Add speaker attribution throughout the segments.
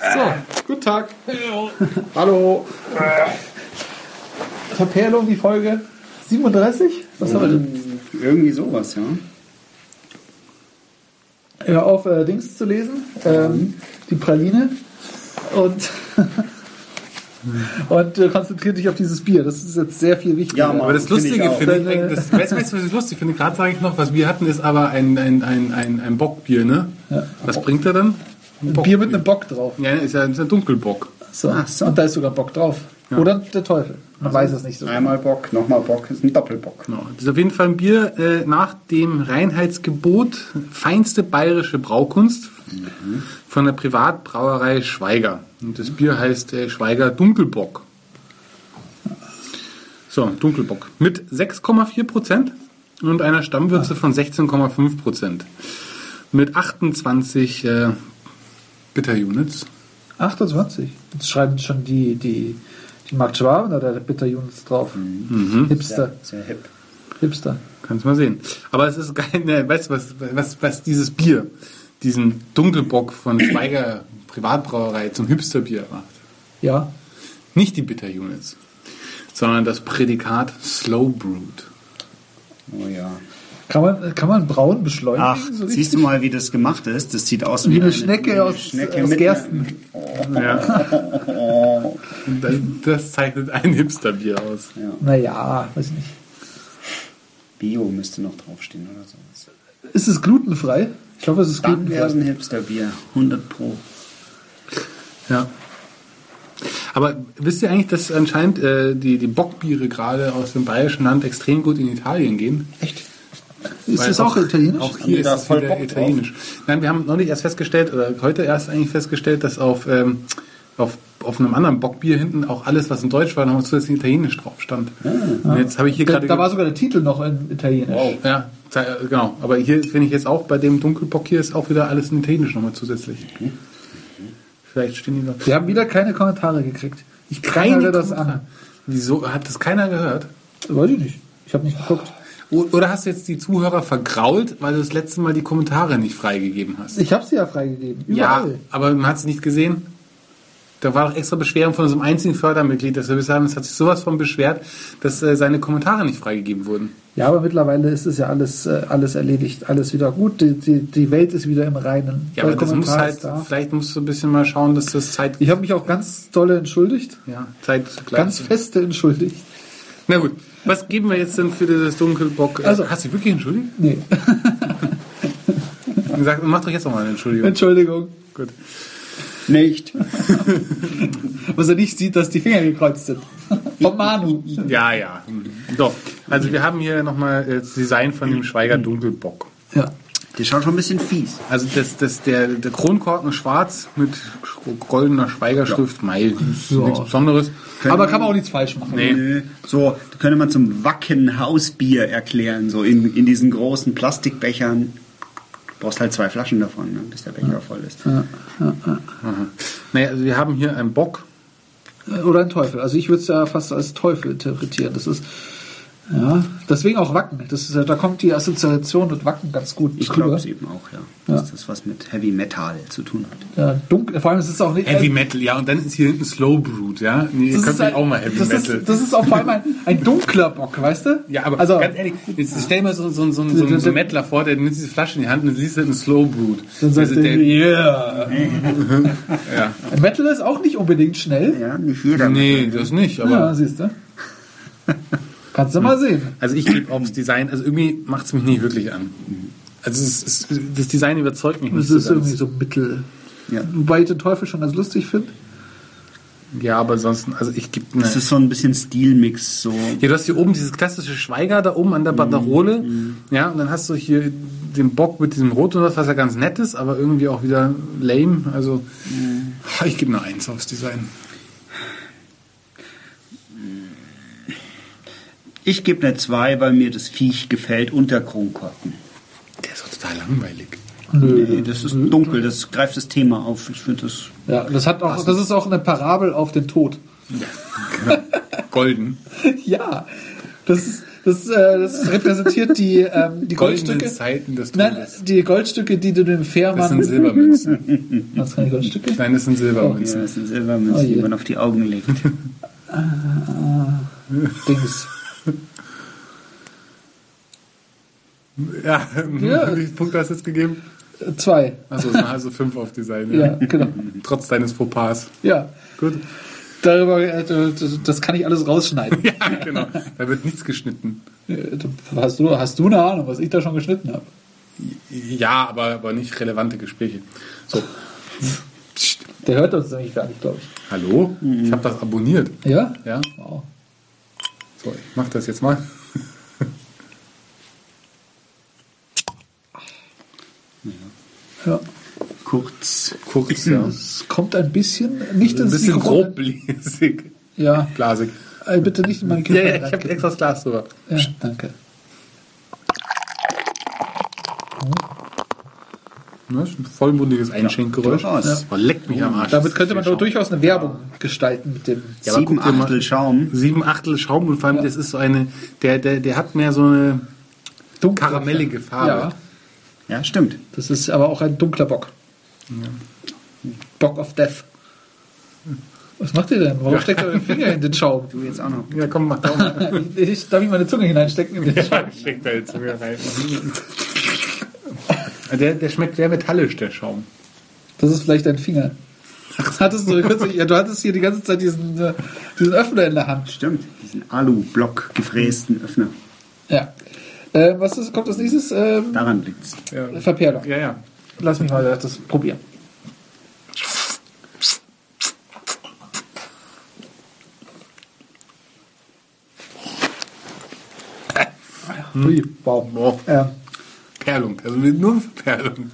Speaker 1: Äh.
Speaker 2: Tag. Hallo.
Speaker 1: Äh.
Speaker 2: Verperlung, die Folge 37? Was haben wir denn?
Speaker 1: Äh, Irgendwie sowas, ja.
Speaker 2: Hör auf, äh, Dings zu lesen.
Speaker 1: Mhm.
Speaker 2: Ähm, die Praline. Und, und äh, konzentriere dich auf dieses Bier. Das ist jetzt sehr viel wichtiger.
Speaker 1: Ja, Mann.
Speaker 3: Aber das
Speaker 1: Finde ich
Speaker 3: Lustige
Speaker 1: auch.
Speaker 3: finde ich, eigentlich- das, weißt, weißt du, was ich lustig finde? Gerade sage ich noch, was wir hatten, ist aber ein, ein, ein, ein, ein Bockbier, ne? Was bringt er dann? Ein
Speaker 2: Ein Bier mit einem Bock drauf.
Speaker 3: Ja, ist ja ist ein Dunkelbock.
Speaker 2: So. Und da ist sogar Bock drauf. Oder der Teufel. Man weiß es nicht so.
Speaker 1: Einmal Bock, nochmal Bock, ist ein Doppelbock.
Speaker 3: Genau. Das ist auf jeden Fall ein Bier äh, nach dem Reinheitsgebot, feinste bayerische Braukunst von der Privatbrauerei Schweiger. Und das Bier heißt äh, Schweiger Dunkelbock. So, Dunkelbock. Mit 6,4 Prozent und einer Stammwürze von 16,5 Prozent. Mit 28 äh, Bitter-Units.
Speaker 2: 28. Jetzt schreiben schon die, die, die Markt Schwaben oder der Bitter Jungs drauf.
Speaker 3: Mhm.
Speaker 1: Mhm.
Speaker 2: Hipster.
Speaker 1: Sehr hip.
Speaker 2: Hipster.
Speaker 3: Kannst mal sehen. Aber es ist geil, ne, weißt du, was, was, was dieses Bier, diesen Dunkelbock von Schweiger Privatbrauerei zum Hipsterbier macht.
Speaker 2: Ja.
Speaker 3: Nicht die Bitter Units, sondern das Prädikat Slow Brewed.
Speaker 1: Oh ja.
Speaker 2: Kann man, kann man Braun beschleunigen?
Speaker 1: Ach,
Speaker 2: so richtig?
Speaker 1: siehst du mal, wie das gemacht ist? Das sieht aus wie,
Speaker 2: Wie eine Schnecke aus- äh, aus
Speaker 1: mit
Speaker 2: Gersten.
Speaker 1: einer- Oh.
Speaker 3: Ja. Das, das zeichnet ein Hipsterbier aus.
Speaker 2: Naja, weiß ich nicht.
Speaker 1: Bio müsste noch draufstehen oder sowas.
Speaker 2: Ist es glutenfrei? Ich glaube, es ist
Speaker 1: Dann wäre es
Speaker 2: glutenfrei.
Speaker 1: ein Hipsterbier. 100 Pro.
Speaker 3: Ja. Aber wisst ihr eigentlich, dass anscheinend äh, die, die Bockbiere gerade aus dem bayerischen Land extrem gut in Italien gehen?
Speaker 1: Echt?
Speaker 2: Ist
Speaker 3: Weil
Speaker 2: das auch, italienisch?
Speaker 3: Auch
Speaker 1: Haben die
Speaker 3: hier ist
Speaker 1: da
Speaker 3: es
Speaker 1: voll
Speaker 3: wieder
Speaker 1: Bock drauf?
Speaker 3: italienisch. Nein, wir haben noch nicht erst festgestellt, oder heute erst eigentlich festgestellt, dass auf, ähm, auf, auf einem anderen Bockbier hinten auch alles, was in Deutsch war, noch zusätzlich italienisch drauf stand. Und jetzt habe ich hier
Speaker 2: da,
Speaker 3: gerade...
Speaker 2: da
Speaker 3: ge-
Speaker 2: war sogar der Titel noch in Italienisch.
Speaker 3: ja, zei- äh, genau. Aber hier finde ich jetzt auch, bei dem Dunkelbock hier ist auch wieder alles in italienisch nochmal zusätzlich. Vielleicht stehen die noch...
Speaker 2: Wir haben wieder keine Kommentare gekriegt. Ich kleinere das an.
Speaker 3: Wieso hat das keiner gehört?
Speaker 2: Weiß ich nicht. Ich habe nicht geguckt.
Speaker 3: O- Oder hast du jetzt die Zuhörer vergrault, weil du das letzte Mal die Kommentare nicht freigegeben hast?
Speaker 2: Ich habe sie ja freigegeben.
Speaker 3: Ja,
Speaker 2: Überall.
Speaker 3: aber man hat es nicht gesehen. Da war doch extra Beschwerden von unserem einzigen Fördermitglied, dass wir bis haben, es hat sich sowas von beschwert, dass äh, seine Kommentare nicht freigegeben wurden.
Speaker 2: Ja, aber mittlerweile ist es ja alles, äh, alles erledigt, alles wieder gut. Die, die, die Welt ist wieder im Reinen. Der
Speaker 3: Ja, aber das muss
Speaker 2: Kommentar
Speaker 3: halt,
Speaker 2: ist da.
Speaker 3: vielleicht musst du ein bisschen mal schauen, dass das Zeit,
Speaker 2: Ich habe mich auch ganz dolle entschuldigt.
Speaker 3: ja, Zeit gleich.
Speaker 2: Ganz feste entschuldigt.
Speaker 3: Na gut, was geben wir jetzt denn für dieses Dunkelbock?
Speaker 2: Also-
Speaker 3: Also, hast du dich wirklich entschuldigt?
Speaker 2: Nee,
Speaker 3: Sag, mach doch jetzt nochmal eine Entschuldigung.
Speaker 2: Entschuldigung.
Speaker 3: Gut.
Speaker 1: Nicht.
Speaker 2: Was er nicht sieht, dass die Finger gekreuzt sind. Vom Manu.
Speaker 3: Ja, ja. So, also wir haben hier nochmal das Design von dem Schweiger Dunkelbock.
Speaker 2: Ja.
Speaker 1: Der schaut schon ein bisschen fies.
Speaker 3: Also das, das, der, der Kronkorken ist schwarz mit goldener Schweigerschrift. Mai,
Speaker 2: Ja.
Speaker 3: nichts Besonderes.
Speaker 2: Aber kann man auch nichts falsch machen.
Speaker 3: Nee.
Speaker 1: Äh, So, könnte man zum Wacken-Hausbier erklären, so in, in diesen großen Plastikbechern. Du brauchst halt zwei Flaschen davon, ne, bis der Becher voll ist.
Speaker 3: Naja, also wir haben hier einen Bock.
Speaker 2: Oder ein Teufel. Also ich würde es ja fast als Teufel interpretieren. Das ist. Ja. Deswegen auch Wacken. Das ist, ja- da kommt die Assoziation mit Wacken ganz gut
Speaker 1: Ich glaube es eben auch, ja. Dass das was mit Heavy Metal zu tun hat.
Speaker 2: Ja, dunkel. Vor allem ist es auch nicht.
Speaker 3: Heavy Metal, ja, und dann ist hier hinten Slow Brewed, ja. Nee, ihr
Speaker 2: Das
Speaker 3: könnt
Speaker 2: ist
Speaker 3: mich
Speaker 2: ein-
Speaker 3: auch mal Heavy
Speaker 2: das
Speaker 3: Metal.
Speaker 2: Ist, das ist auf einmal ein, ein dunkler Bock, weißt du?
Speaker 3: ja, aber
Speaker 2: also,
Speaker 3: ganz ehrlich, jetzt stell mal so, so, so, so, so, einen Mettler vor, der nimmt diese Flasche in die Hand und siehst hinten Slow Brewed.
Speaker 2: dann sagst
Speaker 3: Also
Speaker 2: du,
Speaker 3: der-
Speaker 2: yeah.
Speaker 3: Ja.
Speaker 2: Metal ist auch nicht unbedingt schnell.
Speaker 1: Ja, nicht jeder.
Speaker 3: Nee, das nicht, aber.
Speaker 2: Ja, siehst du. Kannst du mal sehen.
Speaker 3: Also ich gebe aufs Design, also irgendwie macht es mich nicht wirklich an. Also es, ist- es, das Design überzeugt mich nicht.
Speaker 2: Das ist
Speaker 3: so ganz.
Speaker 2: irgendwie so mittel.
Speaker 1: Ja.
Speaker 2: Wobei ich den Teufel schon ganz lustig finde.
Speaker 3: Ja, aber ansonsten, also ich gebe eine.
Speaker 1: Das ist so ein bisschen Stilmix, so.
Speaker 3: Ja, du hast hier oben dieses klassische Schweiger da oben an der Banderole. Ja, und dann hast du hier den Bock mit diesem Rot und das, was ja ganz nett ist, aber irgendwie auch wieder lame. Also, ich gebe eine Eins aufs Design.
Speaker 1: Ich gebe eine 2, weil mir das Viech gefällt unter Kronkorken.
Speaker 3: Der ist doch total langweilig.
Speaker 1: Nee, das ist dunkel, das greift das Thema auf. Ich finde das.
Speaker 2: Ja, das hat auch, das ist auch eine Parabel auf den Tod.
Speaker 3: Golden.
Speaker 2: ja, das ist, Das, äh, das repräsentiert die, ähm, die
Speaker 3: Goldene
Speaker 2: Goldstücke.
Speaker 3: Zeiten des
Speaker 2: Nein,
Speaker 3: Todes.
Speaker 2: die Goldstücke, die du dem
Speaker 3: Das sind
Speaker 2: Fährmann.
Speaker 3: Silbermünzen.
Speaker 2: Was keine Goldstücke?
Speaker 3: Nein, das sind
Speaker 1: Ja,
Speaker 3: Silbermünzen.
Speaker 1: das sind Silbermünzen,
Speaker 2: Oh je.
Speaker 1: die man auf die Augen legt.
Speaker 2: Dings.
Speaker 3: Ja,
Speaker 2: Ja.
Speaker 3: wie viele Punkte hast du jetzt gegeben?
Speaker 2: Äh, Zwei.
Speaker 3: Achso, es waren also fünf auf die Seite.
Speaker 2: Ja, genau.
Speaker 3: Trotz deines Fauxpas.
Speaker 2: Ja.
Speaker 3: Gut.
Speaker 2: Darüber, äh, das- das kann ich alles rausschneiden.
Speaker 3: Ja, genau. Da wird nichts geschnitten.
Speaker 2: Äh, Hast du, hast du eine Ahnung, was ich da schon geschnitten habe?
Speaker 3: Ja, aber, aber nicht relevante Gespräche. So. Psst.
Speaker 2: Der hört uns nämlich gar nicht, glaube ich.
Speaker 3: Hallo? Ich habe das abonniert.
Speaker 2: Ja?
Speaker 3: Ja.
Speaker 2: Wow.
Speaker 3: So, ich mach das jetzt mal.
Speaker 2: Ja.
Speaker 1: Kurz.
Speaker 3: Kurz, ja.
Speaker 2: Es kommt ein bisschen nicht
Speaker 3: Ein
Speaker 2: ins
Speaker 3: bisschen
Speaker 2: Mikrofon.
Speaker 3: grobläsig.
Speaker 2: Ja.
Speaker 3: Glasig.
Speaker 2: Äh, Bitte nicht in meine
Speaker 3: Ja,
Speaker 2: Kinder.
Speaker 3: ja, ich habe extra das Glas drüber.
Speaker 2: Ja, danke.
Speaker 3: Ne, ist ein vollmundiges Einschenkgeräusch.
Speaker 1: Ja, durchaus.
Speaker 3: Boah, leck mich am Arsch.
Speaker 2: Damit könnte man
Speaker 3: doch
Speaker 2: doch durchaus eine Werbung gestalten mit dem.
Speaker 3: Ja, aber
Speaker 1: Sieben
Speaker 3: guck dir mal-
Speaker 1: Achtel Schaum.
Speaker 3: Sieben Achtel Schaum und vor allem, das ist so eine, der, der, der hat mehr so eine
Speaker 2: dunklen-
Speaker 3: karamellige Farbe.
Speaker 2: Ja,
Speaker 1: Ja, stimmt.
Speaker 2: das ist aber auch ein dunkler Bock. Bock of Death. Was macht ihr denn? Warum steckt ihr euren Finger in den Schaum?
Speaker 1: Du jetzt auch noch.
Speaker 3: Ja, komm, mach doch mal.
Speaker 2: Ich, darf ich meine Zunge hineinstecken in den Schaum?
Speaker 3: Schick da jetzt mir rein. Der, der schmeckt sehr metallisch, der Schaum.
Speaker 2: Das ist vielleicht dein Finger. Hattest du, kürzlich, ja, du hattest hier die ganze Zeit diesen, äh, diesen Öffner in der Hand.
Speaker 1: Stimmt. Diesen Alu-Block gefrästen Öffner.
Speaker 2: Ja. Äh, was ist, kommt als nächstes? Ähm,
Speaker 1: Daran liegt's.
Speaker 3: Ja,
Speaker 2: Verperlung.
Speaker 3: ja. ja.
Speaker 2: Lass mich mal das probieren. Ui, Wow.
Speaker 3: Boah,
Speaker 2: Ähm,
Speaker 3: Perlung. Also wir- nur Perlung.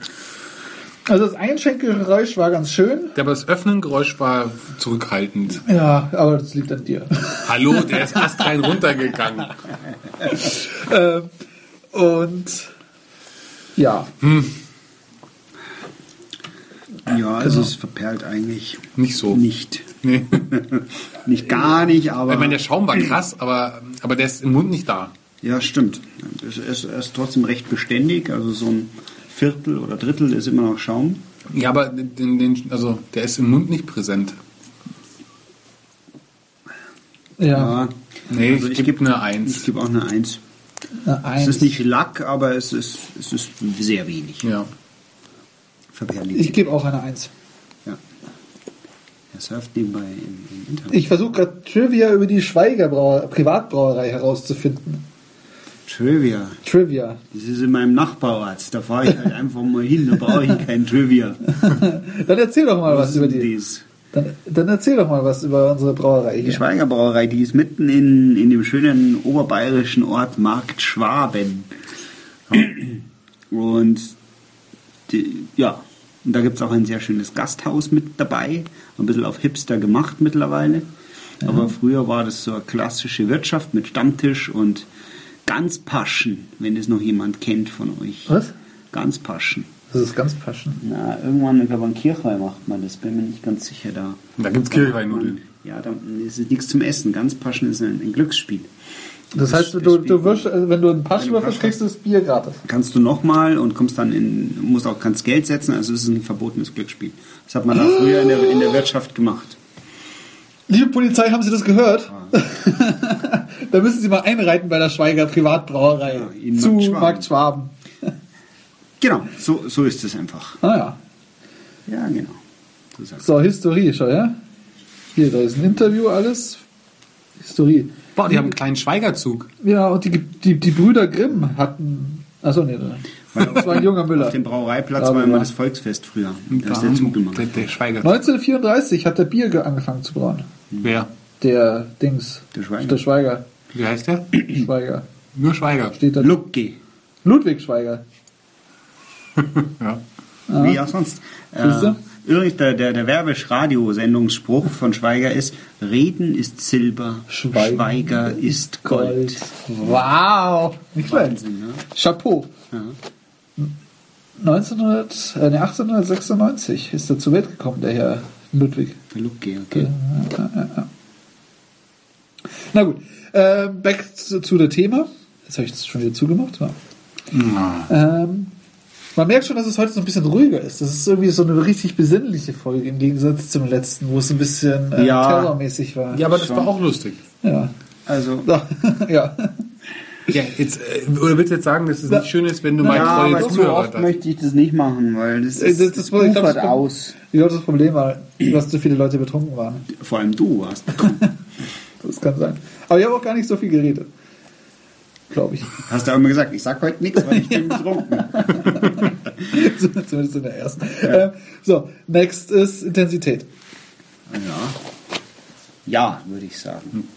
Speaker 2: also das Einschenkgeräusch war ganz schön.
Speaker 3: Ja, aber das Öffnen-Geräusch war zurückhaltend.
Speaker 2: Ja, aber das liegt an dir.
Speaker 3: Hallo, der ist fast rein runtergegangen.
Speaker 2: ähm, und ja,
Speaker 1: Ja, also es verperlt eigentlich
Speaker 3: Nicht so.
Speaker 1: nicht.
Speaker 3: Nee.
Speaker 1: Nicht gar nicht, aber.
Speaker 3: Ich meine, der Schaum war krass, aber, aber der ist im Mund nicht da.
Speaker 1: ja, stimmt. Es ist, er ist trotzdem recht beständig. Also so ein Viertel oder Drittel ist immer noch Schaum.
Speaker 3: Ja, aber den, den, also der ist im Mund nicht präsent.
Speaker 2: ja,
Speaker 1: Ja.
Speaker 3: Nee,
Speaker 1: Also
Speaker 3: ich,
Speaker 1: ich
Speaker 3: gebe eine
Speaker 1: Ich
Speaker 3: Eins.
Speaker 1: gebe auch eine Eins.
Speaker 2: eine
Speaker 1: Es
Speaker 2: Eins.
Speaker 1: ist nicht Lack, aber es ist, es ist sehr wenig.
Speaker 3: Ja.
Speaker 1: Verperlt.
Speaker 2: Ich gebe auch eine Eins.
Speaker 1: Ja. Er surft nebenbei im, im Internet.
Speaker 2: Ich versuche gerade Trivia über die Schweiger Brau- Privatbrauerei herauszufinden.
Speaker 1: Trivia.
Speaker 2: Trivia.
Speaker 1: Das ist in meinem Nachbarort. Da fahre ich halt einfach mal hin, da brauche ich kein Trivia.
Speaker 2: Dann erzähl doch mal was über die.
Speaker 1: Dies.
Speaker 2: Dann, dann erzähl doch mal was über unsere Brauerei
Speaker 1: Die
Speaker 2: hier.
Speaker 1: Schweiger Brauerei, die ist mitten in, in dem schönen oberbayerischen Ort Markt Schwaben. Und die, ja, und da gibt es auch ein sehr schönes Gasthaus mit dabei. Ein bisschen auf Hipster gemacht mittlerweile. Aber früher war das so eine klassische Wirtschaft mit Stammtisch und Ganzpaschen, wenn das noch jemand kennt von euch.
Speaker 2: Was?
Speaker 1: Ganzpaschen.
Speaker 2: Das ist ganz paschend.
Speaker 1: Na, irgendwann, ich glaube, an Kirchweih macht man das, bin mir nicht ganz sicher da.
Speaker 3: Da gibt's Kirchweihnudeln.
Speaker 1: Ja, da ist es nichts zum Essen. Ganz paschen ist ein, ein Glücksspiel.
Speaker 2: Das heißt, du, du wirst, also wenn du einen Paschenwürfel
Speaker 1: Pasch-
Speaker 2: kriegst, du das Bier gratis.
Speaker 1: Kannst du nochmal und kommst dann in, musst auch ganz Geld setzen, also es ist ein verbotenes Glücksspiel. Das hat man da früher in der, in der Wirtschaft gemacht.
Speaker 2: Liebe Polizei, haben Sie das gehört? da müssen Sie mal einreiten bei der Schweiger Privatbrauerei
Speaker 1: Ja, in
Speaker 2: zu
Speaker 1: Markt Schwaben.
Speaker 2: Markt Schwaben.
Speaker 1: Genau, so, so ist es einfach.
Speaker 2: Ah ja.
Speaker 1: Ja, genau. Du sagst.
Speaker 2: So, Historie, schau her. Hier, da ist ein Interview, alles. Historie.
Speaker 3: Boah, die haben einen kleinen Schweigerzug.
Speaker 2: Ja, und die, die, die Brüder Grimm hatten. Achso, nee, nee.
Speaker 1: Weil auf
Speaker 2: das war ein
Speaker 1: dem-
Speaker 2: junger Müller.
Speaker 1: Auf dem Brauereiplatz
Speaker 2: Ja, genau.
Speaker 1: war immer
Speaker 2: ja.
Speaker 1: das Volksfest früher. Da ist der
Speaker 3: Der,
Speaker 1: Zug gemacht.
Speaker 3: der, der Schweigerzug.
Speaker 2: 1934 hat der Bier ge- angefangen zu brauen.
Speaker 3: Wer?
Speaker 2: Der Dings.
Speaker 1: Der Schweiger.
Speaker 2: Der Schweiger.
Speaker 3: Wie heißt der?
Speaker 2: Schweiger.
Speaker 3: Nur Schweiger.
Speaker 2: Steht da.
Speaker 1: Lucki.
Speaker 2: Ludwig Schweiger.
Speaker 3: Ja.
Speaker 1: Wie auch sonst. Äh,
Speaker 2: Ah. Siehst du?
Speaker 1: übrigens, der, der, der Werbisch-Radio-Sendungsspruch von Schweiger ist: Reden ist Silber,
Speaker 2: Schweigen
Speaker 1: Schweiger, ist Gold.
Speaker 2: Wow. Nicht schlecht.
Speaker 1: Wahnsinn, ne?
Speaker 2: Chapeau.
Speaker 1: Ja.
Speaker 2: 1900, äh, nee, 1896 ist er zur Welt gekommen, der Herr Ludwig.
Speaker 1: Der Lucke, okay.
Speaker 2: Na gut. Äh, back zu, zu der Thema. Jetzt habe ich das schon wieder zugemacht. Ja. Ähm, man merkt schon, dass es heute so ein bisschen ruhiger ist. Das ist irgendwie so eine richtig besinnliche Folge im Gegensatz zum letzten, wo es ein bisschen äh,
Speaker 1: Ja.
Speaker 2: terrormäßig war.
Speaker 3: Ja, aber das
Speaker 1: Schon.
Speaker 3: war auch lustig.
Speaker 2: Ja.
Speaker 1: Also,
Speaker 2: ja.
Speaker 3: Ja, jetzt, äh, oder willst du jetzt sagen, dass es nicht schön ist, wenn du mal
Speaker 1: ja,
Speaker 3: treue
Speaker 1: aber so
Speaker 3: Zuhörer
Speaker 1: oft
Speaker 3: hast?
Speaker 1: möchte ich das nicht machen, weil das,
Speaker 2: Äh,
Speaker 1: ist,
Speaker 2: das- das wollte ich glaub,
Speaker 1: ufert
Speaker 2: das-
Speaker 1: aus.
Speaker 2: Ich glaube, das Problem war, dass zu viele Leute betrunken waren.
Speaker 1: Vor allem du warst.
Speaker 2: Das kann sein. Aber ich habe auch gar nicht so viel geredet. Glaube ich.
Speaker 1: Hast du auch immer gesagt, ich sag heute nichts, weil ich bin betrunken.
Speaker 2: Zumindest in der ersten. Ähm, so, next ist Intensität.
Speaker 1: Ja. Ja, würde ich sagen.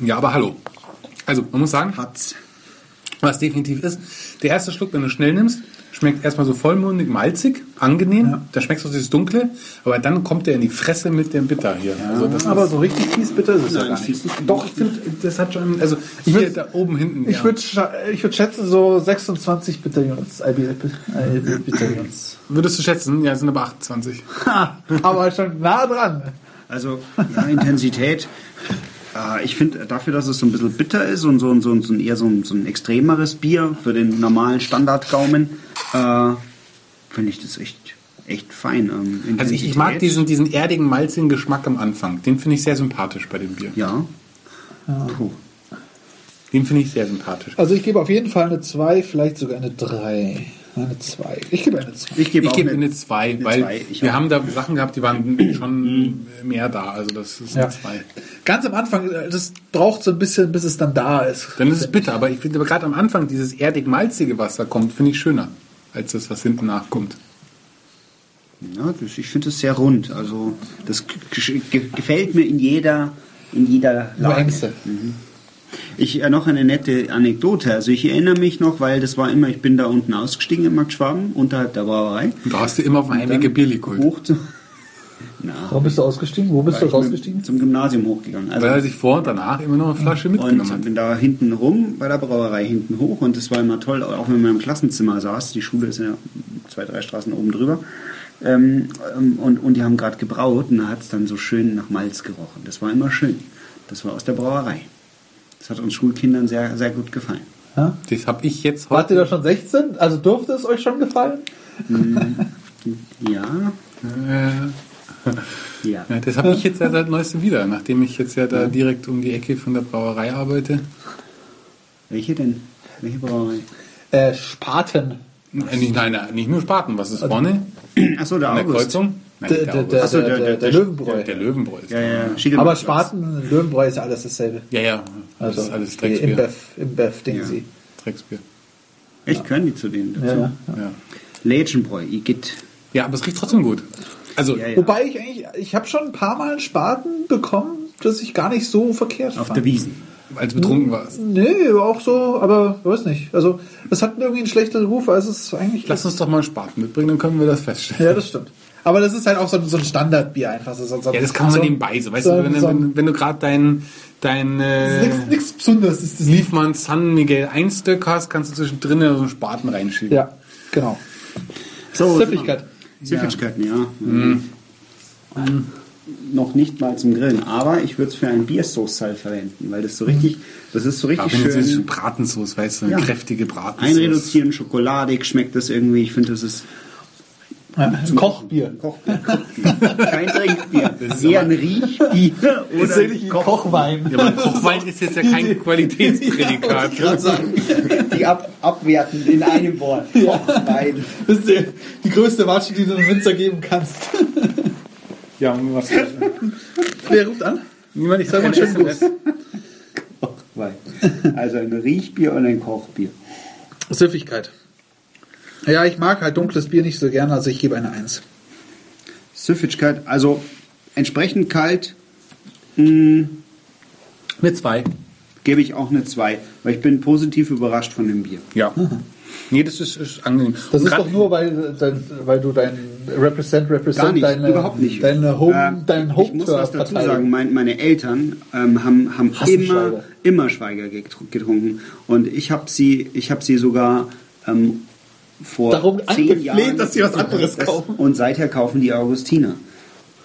Speaker 3: Ja, aber hallo. Also, man muss sagen,
Speaker 1: Hat's.
Speaker 3: was definitiv ist, der erste Schluck, wenn du schnell nimmst, schmeckt erstmal so vollmundig, malzig, angenehm. Da schmeckst du dieses Dunkle, aber dann kommt der in die Fresse mit dem Bitter hier. Also das
Speaker 2: Aber so richtig fies bitter ist es ja
Speaker 1: Nein,
Speaker 2: gar
Speaker 1: fies
Speaker 2: nicht.
Speaker 1: ist es
Speaker 3: Doch, ich finde, das hat schon. Also ich hier
Speaker 2: würd-
Speaker 3: da oben hinten.
Speaker 2: Ich
Speaker 3: ja.
Speaker 2: würde ich würd schätzen, so 26 bitter Units. IB, IB bitter Units.
Speaker 3: würdest du schätzen, ja, es sind aber 28.
Speaker 2: Ha, aber schon nah dran.
Speaker 1: Also, ja, Intensität. Äh, ich finde, dafür, dass es so ein bisschen bitter ist und so, ein- so, ein- so ein eher so ein, so ein extremeres Bier für den normalen Standardgaumen, äh, finde ich das echt, echt fein. Ähm,
Speaker 3: Also ich, ich
Speaker 1: Intensität.
Speaker 3: mag diesen, diesen erdigen, malzigen Geschmack am Anfang. Den finde ich sehr sympathisch bei dem Bier.
Speaker 1: Ja. Puh.
Speaker 3: Den finde ich sehr sympathisch.
Speaker 2: Also ich gebe auf jeden Fall eine 2, vielleicht sogar eine 3. Eine 2. Ich gebe eine 2.
Speaker 1: Ich gebe
Speaker 3: Ich
Speaker 1: auch
Speaker 3: gebe
Speaker 1: eine,
Speaker 3: ihm eine 2, weil
Speaker 1: zwei, ich
Speaker 3: wir
Speaker 1: auch.
Speaker 3: haben da Sachen gehabt, die waren schon mehr da. Also das ist eine
Speaker 2: Ja.
Speaker 3: 2.
Speaker 2: Ganz am Anfang, äh, das braucht so ein bisschen, bis es dann da ist.
Speaker 3: Dann ist es bitter, aber ich finde aber gerade am Anfang dieses erdig-malzige, was da kommt, finde ich schöner, als das, was hinten nachkommt.
Speaker 1: Ja, das, ich finde es sehr rund. Also das ge- ge- gefällt mir in jeder, in jeder
Speaker 2: Nur
Speaker 1: Lage.
Speaker 2: Ängste.
Speaker 1: Ich äh, noch eine nette Anekdote. Also ich erinnere mich noch, weil das war immer, ich bin da unten ausgestiegen im Markt Schwaben, unterhalb der Brauerei.
Speaker 3: Und da hast du immer auf dem Heimweg Bier geholt.
Speaker 1: Hoch zu, na,
Speaker 2: Warum bist du ausgestiegen? Wo bist du
Speaker 1: ich bin
Speaker 2: rausgestiegen?
Speaker 1: Zum Gymnasium hochgegangen. Also
Speaker 3: Weil er sich vor und danach immer noch eine Flasche mitgenommen
Speaker 1: Mhm. und
Speaker 3: hat.
Speaker 1: bin da hinten rum bei der Brauerei hinten hoch und das war immer toll, auch wenn man im Klassenzimmer saß. Die Schule ist ja zwei, drei Straßen oben drüber. Ähm, ähm, und, und die haben gerade gebraut und da hat es dann so schön nach Malz gerochen. Das war immer schön. Das war aus der Brauerei. Das hat uns Schulkindern sehr, sehr gut gefallen.
Speaker 2: Ja?
Speaker 3: Das habe ich jetzt heute.
Speaker 2: Wart ihr da schon 16? Also durfte es euch schon gefallen?
Speaker 1: Ja,
Speaker 3: Äh,
Speaker 1: ja.
Speaker 3: Ja, das habe ich jetzt ja seit neuestem wieder, nachdem ich jetzt ja da
Speaker 1: Mhm.
Speaker 3: direkt um die Ecke von der Brauerei arbeite.
Speaker 1: Welche denn? Welche Brauerei?
Speaker 2: Äh, Spaten.
Speaker 3: Äh, nicht, nein, nein, nicht nur Spaten, was ist vorne?
Speaker 1: Achso, der
Speaker 3: An der
Speaker 1: Also August.
Speaker 3: Kreuzung?
Speaker 2: Der,
Speaker 3: Nein, nicht
Speaker 2: der, der,
Speaker 3: August.
Speaker 1: Achso,
Speaker 2: der,
Speaker 1: der-
Speaker 2: der,
Speaker 1: der-
Speaker 2: Löwenbräu.
Speaker 3: der Löwenbräu ist
Speaker 1: Ja,
Speaker 3: da.
Speaker 1: ja, Schiedemann-
Speaker 2: Aber Spaten, Löwenbräu ist ja alles dasselbe.
Speaker 3: ja, ja, das
Speaker 2: Also
Speaker 3: ist alles
Speaker 2: die
Speaker 3: Drecksbier.
Speaker 2: Imbev, Imbev Ding sie.
Speaker 3: Drecksbier.
Speaker 1: Echt, können die zu denen dazu?
Speaker 2: Ja, ja.
Speaker 3: Ja.
Speaker 1: Lädchenbräu, Igitt.
Speaker 3: ja, aber es riecht trotzdem gut. Also,
Speaker 1: Ja, ja.
Speaker 2: Wobei ich eigentlich, ich habe schon ein paar Mal einen Spaten bekommen, dass ich gar nicht so verkehrt
Speaker 1: Auf
Speaker 2: fand.
Speaker 1: der Wiesen.
Speaker 3: als du
Speaker 1: Mhm.
Speaker 3: betrunken warst.
Speaker 2: Nee, auch so, aber weiß nicht. Also, es hat irgendwie einen schlechteren Ruf, als es eigentlich
Speaker 3: Lass uns doch mal einen Spaten mitbringen, dann können wir das feststellen.
Speaker 2: Ja, das stimmt. Aber das ist halt auch so, ein- so ein Standardbier einfach. So, so, so-
Speaker 3: Ja, das kann man
Speaker 2: so,
Speaker 3: nebenbei so. Weißt
Speaker 2: Also, so,
Speaker 3: du, wenn,
Speaker 2: so,
Speaker 3: wenn, wenn du gerade dein, dein
Speaker 2: nix,
Speaker 3: äh,
Speaker 2: nix Besonderes ist das.
Speaker 3: Liefmann San Miguel 1 Stück hast, kannst du zwischendrin so einen Spaten reinschieben.
Speaker 2: Ja, genau.
Speaker 1: So,
Speaker 2: Süffigkeit.
Speaker 1: Süffigkeiten, ja. Ähm, Noch nicht mal zum Grillen, aber ich würde es für einen Biersoße halt verwenden, weil das so richtig, das ist so
Speaker 3: Ja,
Speaker 1: richtig
Speaker 3: wenn jetzt
Speaker 1: schön.
Speaker 3: eine Bratensauce, weißt du, eine
Speaker 1: Ja.
Speaker 3: kräftige Bratensauce.
Speaker 1: Einreduzieren, schokoladig schmeckt das irgendwie. Ich finde, das ist
Speaker 2: Ja, ein Kochbier.
Speaker 1: Kochbier. Kochbier. Kein Trinkbier. Eher ein Riechbier oder
Speaker 2: Tatsächlich ein Kochwein.
Speaker 3: Ja, aber Kochwein ist jetzt ja kein Qualitätsprädikat.
Speaker 1: Gerade sagen, die ab, abwerten in einem Wort. Kochwein.
Speaker 2: Das ist die, die größte Watsche, die du einem Winzer geben kannst.
Speaker 3: Ja, und was?
Speaker 2: Wer ruft an?
Speaker 3: Niemand, ich
Speaker 2: Sag
Speaker 3: sage
Speaker 2: mal
Speaker 3: mal
Speaker 2: schönen
Speaker 3: SMS.
Speaker 2: Gruß.
Speaker 1: Kochwein. Also ein Riechbier und ein Kochbier.
Speaker 2: Süffigkeit. Ja, ich mag halt dunkles Bier nicht so gerne, also ich gebe eine 1.
Speaker 1: Süffigkeit, also entsprechend kalt,
Speaker 3: Mit zwei.
Speaker 1: gebe ich auch eine 2, weil ich bin positiv überrascht von dem Bier.
Speaker 3: Ja. Nee, das ist, ist angenehm.
Speaker 2: Das
Speaker 3: Und
Speaker 2: ist
Speaker 3: grad-
Speaker 2: doch nur, weil, dein, weil du dein Represent, Represent,
Speaker 1: Gar nicht,
Speaker 2: deine,
Speaker 1: überhaupt nicht.
Speaker 2: deine Home,
Speaker 1: Äh,
Speaker 2: dein
Speaker 1: ich muss was dazu sagen,
Speaker 2: Home-Tour
Speaker 1: mein, meine Eltern ähm, haben, haben
Speaker 2: Hassen Schweiger.
Speaker 1: immer, immer Schweiger getru- getrunken und ich habe sie, ich habe sie sogar ähm, vor
Speaker 2: Darum
Speaker 1: zehn
Speaker 2: angefleht,
Speaker 1: Jahren...
Speaker 2: dass sie was anderes kaufen.
Speaker 1: Und seither kaufen die Augustiner.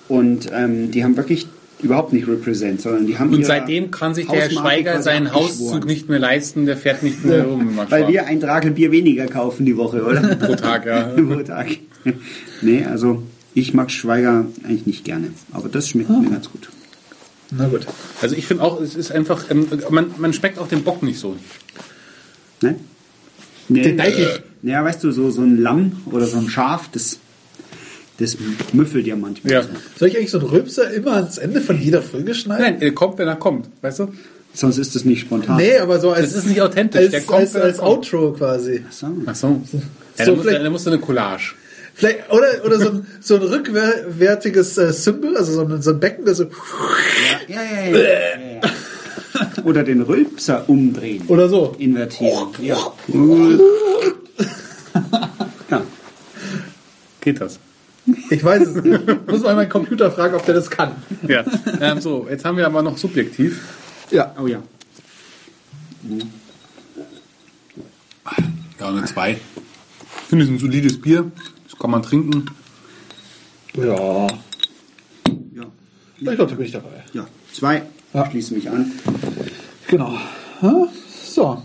Speaker 1: Und ähm, die haben wirklich überhaupt nicht represent, sondern die haben
Speaker 4: Und
Speaker 1: ihrer
Speaker 4: seitdem kann sich der
Speaker 1: Hausmarke
Speaker 4: Schweiger
Speaker 1: quasi
Speaker 4: seinen
Speaker 1: abgeschworen.
Speaker 4: Hauszug nicht mehr leisten, der fährt nicht mehr rum. manchmal.
Speaker 1: Weil wir ein Dragelbier weniger kaufen die Woche, oder?
Speaker 4: pro Tag, ja.
Speaker 1: Pro Tag. Nee, also ich mag Schweiger eigentlich nicht gerne. Aber das schmeckt mir ganz gut.
Speaker 2: Na gut.
Speaker 4: Also ich finde auch, es ist einfach, ähm, man, man schmeckt auch den Bock nicht so.
Speaker 1: Ne? Nee,
Speaker 2: Den neig ich.
Speaker 1: Naja, weißt du, so, so ein Lamm oder so ein Schaf, das, das müffelt ja manchmal.
Speaker 4: Ja.
Speaker 1: So.
Speaker 2: Soll ich eigentlich so einen Rülpser immer ans Ende von jeder Folge schneiden?
Speaker 4: Nein, er kommt, wenn er kommt, weißt du?
Speaker 1: Sonst ist das nicht spontan.
Speaker 2: Nee, aber so als.
Speaker 4: Das ist nicht authentisch.
Speaker 2: Als,
Speaker 4: Der kommt,
Speaker 2: als,
Speaker 4: der
Speaker 2: als
Speaker 4: kommt.
Speaker 2: Outro quasi.
Speaker 1: So.
Speaker 4: Ach so. Ja,
Speaker 2: So,
Speaker 4: dann, musst du,
Speaker 2: vielleicht-
Speaker 4: dann musst du eine Collage.
Speaker 2: Vielleicht, oder oder so, ein, so ein rückwärtiges äh, Symbol, also so ein, so ein Becken, das so.
Speaker 1: Ja, ja, ja, ja, ja, ja. Oder den Rülpser umdrehen.
Speaker 2: Oder so.
Speaker 1: Invertieren. Ja. ja.
Speaker 4: Geht das?
Speaker 2: Ich weiß es nicht. Muss mal meinen Computer fragen, ob der das kann.
Speaker 4: Ja. ähm, so, jetzt haben wir aber noch subjektiv.
Speaker 2: Ja.
Speaker 1: Oh ja.
Speaker 3: Ja, eine 2. Ich finde, es ist ein solides Bier. Das kann man trinken.
Speaker 2: Ja.
Speaker 1: Ja.
Speaker 2: Ich glaube, da bin ich dabei.
Speaker 1: Ja. Zwei.
Speaker 2: Ja.
Speaker 1: Schließe mich an.
Speaker 2: Genau. Ja, So.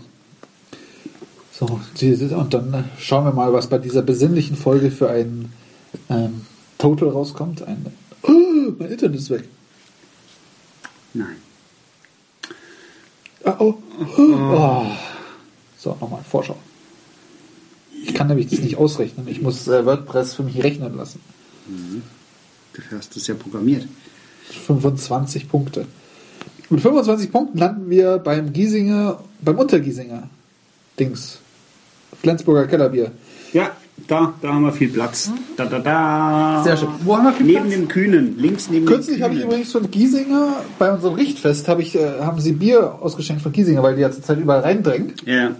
Speaker 2: So, diese- und dann äh, schauen wir mal, was bei dieser besinnlichen Folge für ein ähm, Total rauskommt. Ein, oh, mein Internet ist weg.
Speaker 1: Nein.
Speaker 2: Ah, oh. Oh. So, nochmal Vorschau. Ich kann nämlich das nicht ausrechnen. Ich muss äh, WordPress für mich rechnen lassen.
Speaker 1: Du hast das ja programmiert.
Speaker 2: 25 Punkte. Mit 25 Punkten landen wir beim Giesinger, beim Untergiesinger. Dings. Flensburger Kellerbier.
Speaker 1: Ja, da, da haben wir viel Platz. Da, da, da.
Speaker 2: Sehr schön.
Speaker 3: Hm? Wo haben wir viel
Speaker 1: Neben
Speaker 3: Platz?
Speaker 1: dem Kühnen. Links neben
Speaker 2: Kürzlich
Speaker 1: dem
Speaker 2: habe ich
Speaker 1: Kühnen.
Speaker 2: übrigens von Giesinger, bei unserem Richtfest, habe ich, äh, haben sie Bier ausgeschenkt von Giesinger, weil die ja zurzeit überall reindrängt.
Speaker 1: Ja.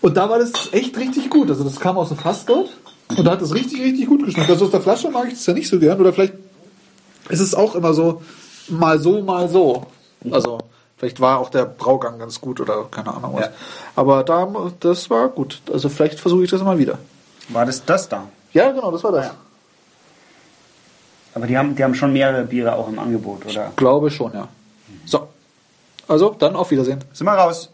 Speaker 2: Und da war das echt richtig gut. Also das kam aus dem Fass dort und da hat es richtig, richtig gut geschmeckt. Also aus der Flasche mag ich es ja nicht so gern. Oder vielleicht ist es auch immer so, mal so, mal so. Also vielleicht war auch der Braugang ganz gut oder keine Ahnung was. Aber da, das war gut. Also vielleicht versuche ich das mal wieder.
Speaker 1: War das das da?
Speaker 2: Ja, genau, das war das.
Speaker 1: Aber die haben, die haben schon mehrere Biere auch im Angebot, oder?
Speaker 2: Glaube schon, ja. So. Also, dann auf Wiedersehen.
Speaker 1: Sind wir raus.